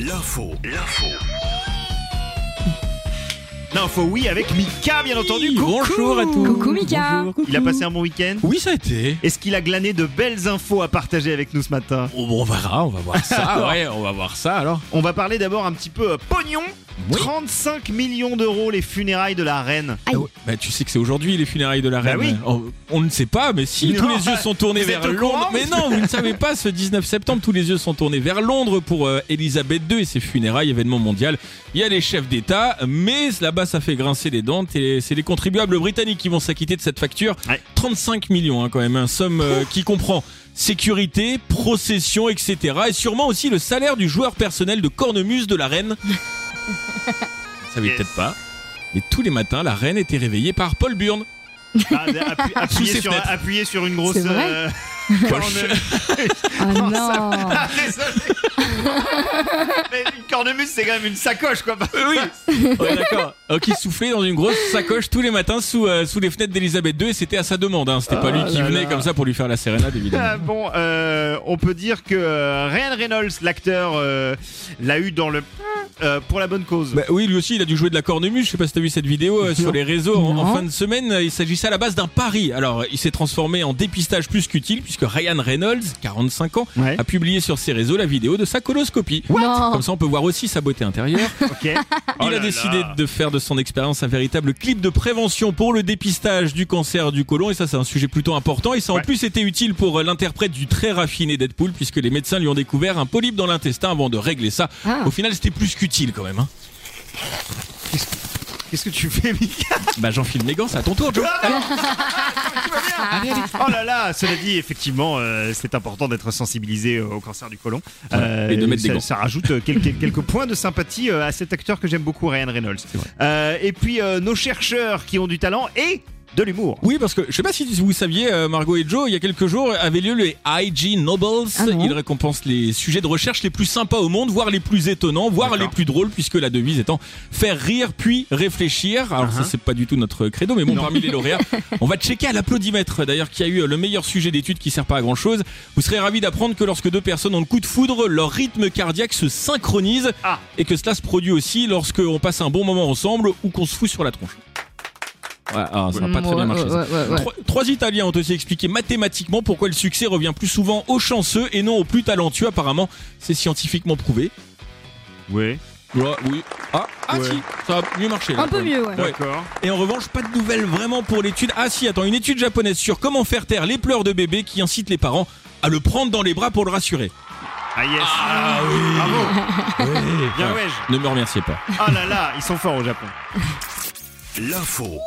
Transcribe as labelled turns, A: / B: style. A: L'info. L'info. L'info, oui, avec Mika, bien entendu. Coucou.
B: Bonjour à tous.
C: Coucou, Mika.
B: Bonjour, coucou.
A: Il a passé un bon week-end
B: Oui, ça a été.
A: Est-ce qu'il a glané de belles infos à partager avec nous ce matin
B: Oh, bon, on verra, on va voir ça. Ah ouais, on va voir ça alors.
A: On va parler d'abord un petit peu euh, pognon.
B: Oui.
A: 35 millions d'euros les funérailles de la reine.
C: Aïe.
B: Ah ouais, Bah, tu sais que c'est aujourd'hui les funérailles de la
A: Bah
B: reine.
A: oui.
B: on, on ne sait pas, mais si
A: Non,
B: tous les yeux sont tournés
A: vous
B: vers
A: êtes au
B: Londres.
A: courant
B: Mais non, vous ne savez pas, ce 19 septembre, tous les yeux sont tournés vers Londres pour euh, Elisabeth II et ses funérailles, événement mondial. Il y a les chefs d'État, mais là-bas ça fait grincer les dents. Et c'est les contribuables britanniques qui vont s'acquitter de cette facture.
A: Ouais.
B: 35 millions hein, quand même, une somme euh, qui comprend sécurité, procession, etc. Et sûrement aussi le salaire du joueur personnel de cornemuse de la reine. Vous savez
A: Yes.
B: peut-être pas. Mais tous les matins, la reine était réveillée par Paul Burn.
A: Ah, appu- appuyer,
B: ses
A: sur,
B: fenêtres.
A: appuyer sur une grosse.
C: C'est vrai
A: euh,
B: Coche.
A: corne-
C: Ah non.
A: Ah, désolé. Mais une cornemuse, c'est quand même une sacoche, quoi.
B: Oui, Ouais, d'accord. Euh, qui soufflait dans une grosse sacoche tous les matins sous, euh, sous les fenêtres d'Elisabeth II. Et c'était à sa demande. Hein. C'était pas
A: Ah
B: lui qui
A: là
B: venait
A: là.
B: comme ça pour lui faire la sérénade, évidemment.
A: Ah, bon, euh, on peut dire que euh, Ryan Reynolds, l'acteur, euh, l'a eu dans le euh, pour la bonne cause.
B: Bah oui, lui aussi, il a dû jouer de la cornemuse. Je sais pas si t'as vu cette vidéo euh, sur les réseaux en, en
C: Non.
B: fin de semaine. euh, Il s'agissait à la base d'un pari. Alors, euh, il s'est transformé en dépistage plus qu'utile puisque Ryan Reynolds, 45 ans,
A: Ouais.
B: a publié sur ses réseaux la vidéo de sa coloscopie.
C: Non.
B: Comme ça, on peut voir aussi sa beauté intérieure.
A: Ok. Oh
B: Il
A: là
B: a décidé
A: là.
B: de faire de son expérience un véritable clip de prévention pour le dépistage du cancer du côlon. Et ça, c'est un sujet plutôt important. Et ça, en
A: Ouais.
B: plus, était utile pour euh, l'interprète du très raffiné Deadpool, puisque les médecins lui ont découvert un polype dans l'intestin avant de régler ça.
C: Ah.
B: Au final, c'était plus qu'utile quand même. hein.
A: Qu'est-ce que tu fais, Mika
B: Bah, j'enfile mes gants, c'est à ton tour, Joe.
A: Oh là là. Cela dit, effectivement, euh, c'est important d'être sensibilisé au cancer du côlon Euh,
B: et de mettre des
A: ça,
B: gants.
A: ça rajoute euh, quelques, quelques points de sympathie euh, à cet acteur que j'aime beaucoup, Ryan Reynolds.
B: vrai.
A: Euh, et puis euh, nos chercheurs qui ont du talent et de l'humour.
B: Oui, parce que je sais pas si vous saviez, euh, Margot et Joe, il y a quelques jours avait lieu les IG Nobles.
C: Ah non.
B: Ils récompensent les sujets de recherche les plus sympas au monde, voire les plus étonnants, voire les
A: D'accord.
B: plus drôles, puisque la devise étant faire rire puis réfléchir. Alors ça
A: Uh-huh.
B: c'est pas du tout notre credo, mais bon,
A: Non.
B: parmi les lauréats, on va checker à l'applaudimètre. D'ailleurs, qui a eu euh, le meilleur sujet d'étude qui sert pas à grand chose. Vous serez ravis d'apprendre que lorsque deux personnes ont le coup de foudre, leur rythme cardiaque se synchronise
A: Ah.
B: et que cela se produit aussi lorsque on passe un bon moment ensemble ou qu'on se fout sur la tronche. Ouais, alors, ça n'a pas très bien marché. ça.
C: Ouais, ouais, ouais, ouais.
B: Trois, trois Italiens ont aussi expliqué mathématiquement pourquoi le succès revient plus souvent aux chanceux et non aux plus talentueux. Apparemment, c'est scientifiquement prouvé.
A: Oui.
B: Ouais, oui. Ah, ah
A: Ouais.
B: si, ça a mieux marché. là,
C: Un
B: quand
C: peu
B: même.
C: mieux, ouais.
B: Ouais.
A: D'accord.
B: Et en revanche, pas de nouvelles vraiment pour l'étude. Ah si, attends, une étude japonaise sur comment faire taire les pleurs de bébé qui incite les parents à le prendre dans les bras pour le rassurer.
A: Ah yes.
B: Ah oui.
A: Bravo.
B: Ouais.
A: Bien ouais. Oh
B: Ne me remerciez pas.
A: Ah là là, ils sont forts au Japon.
D: L'info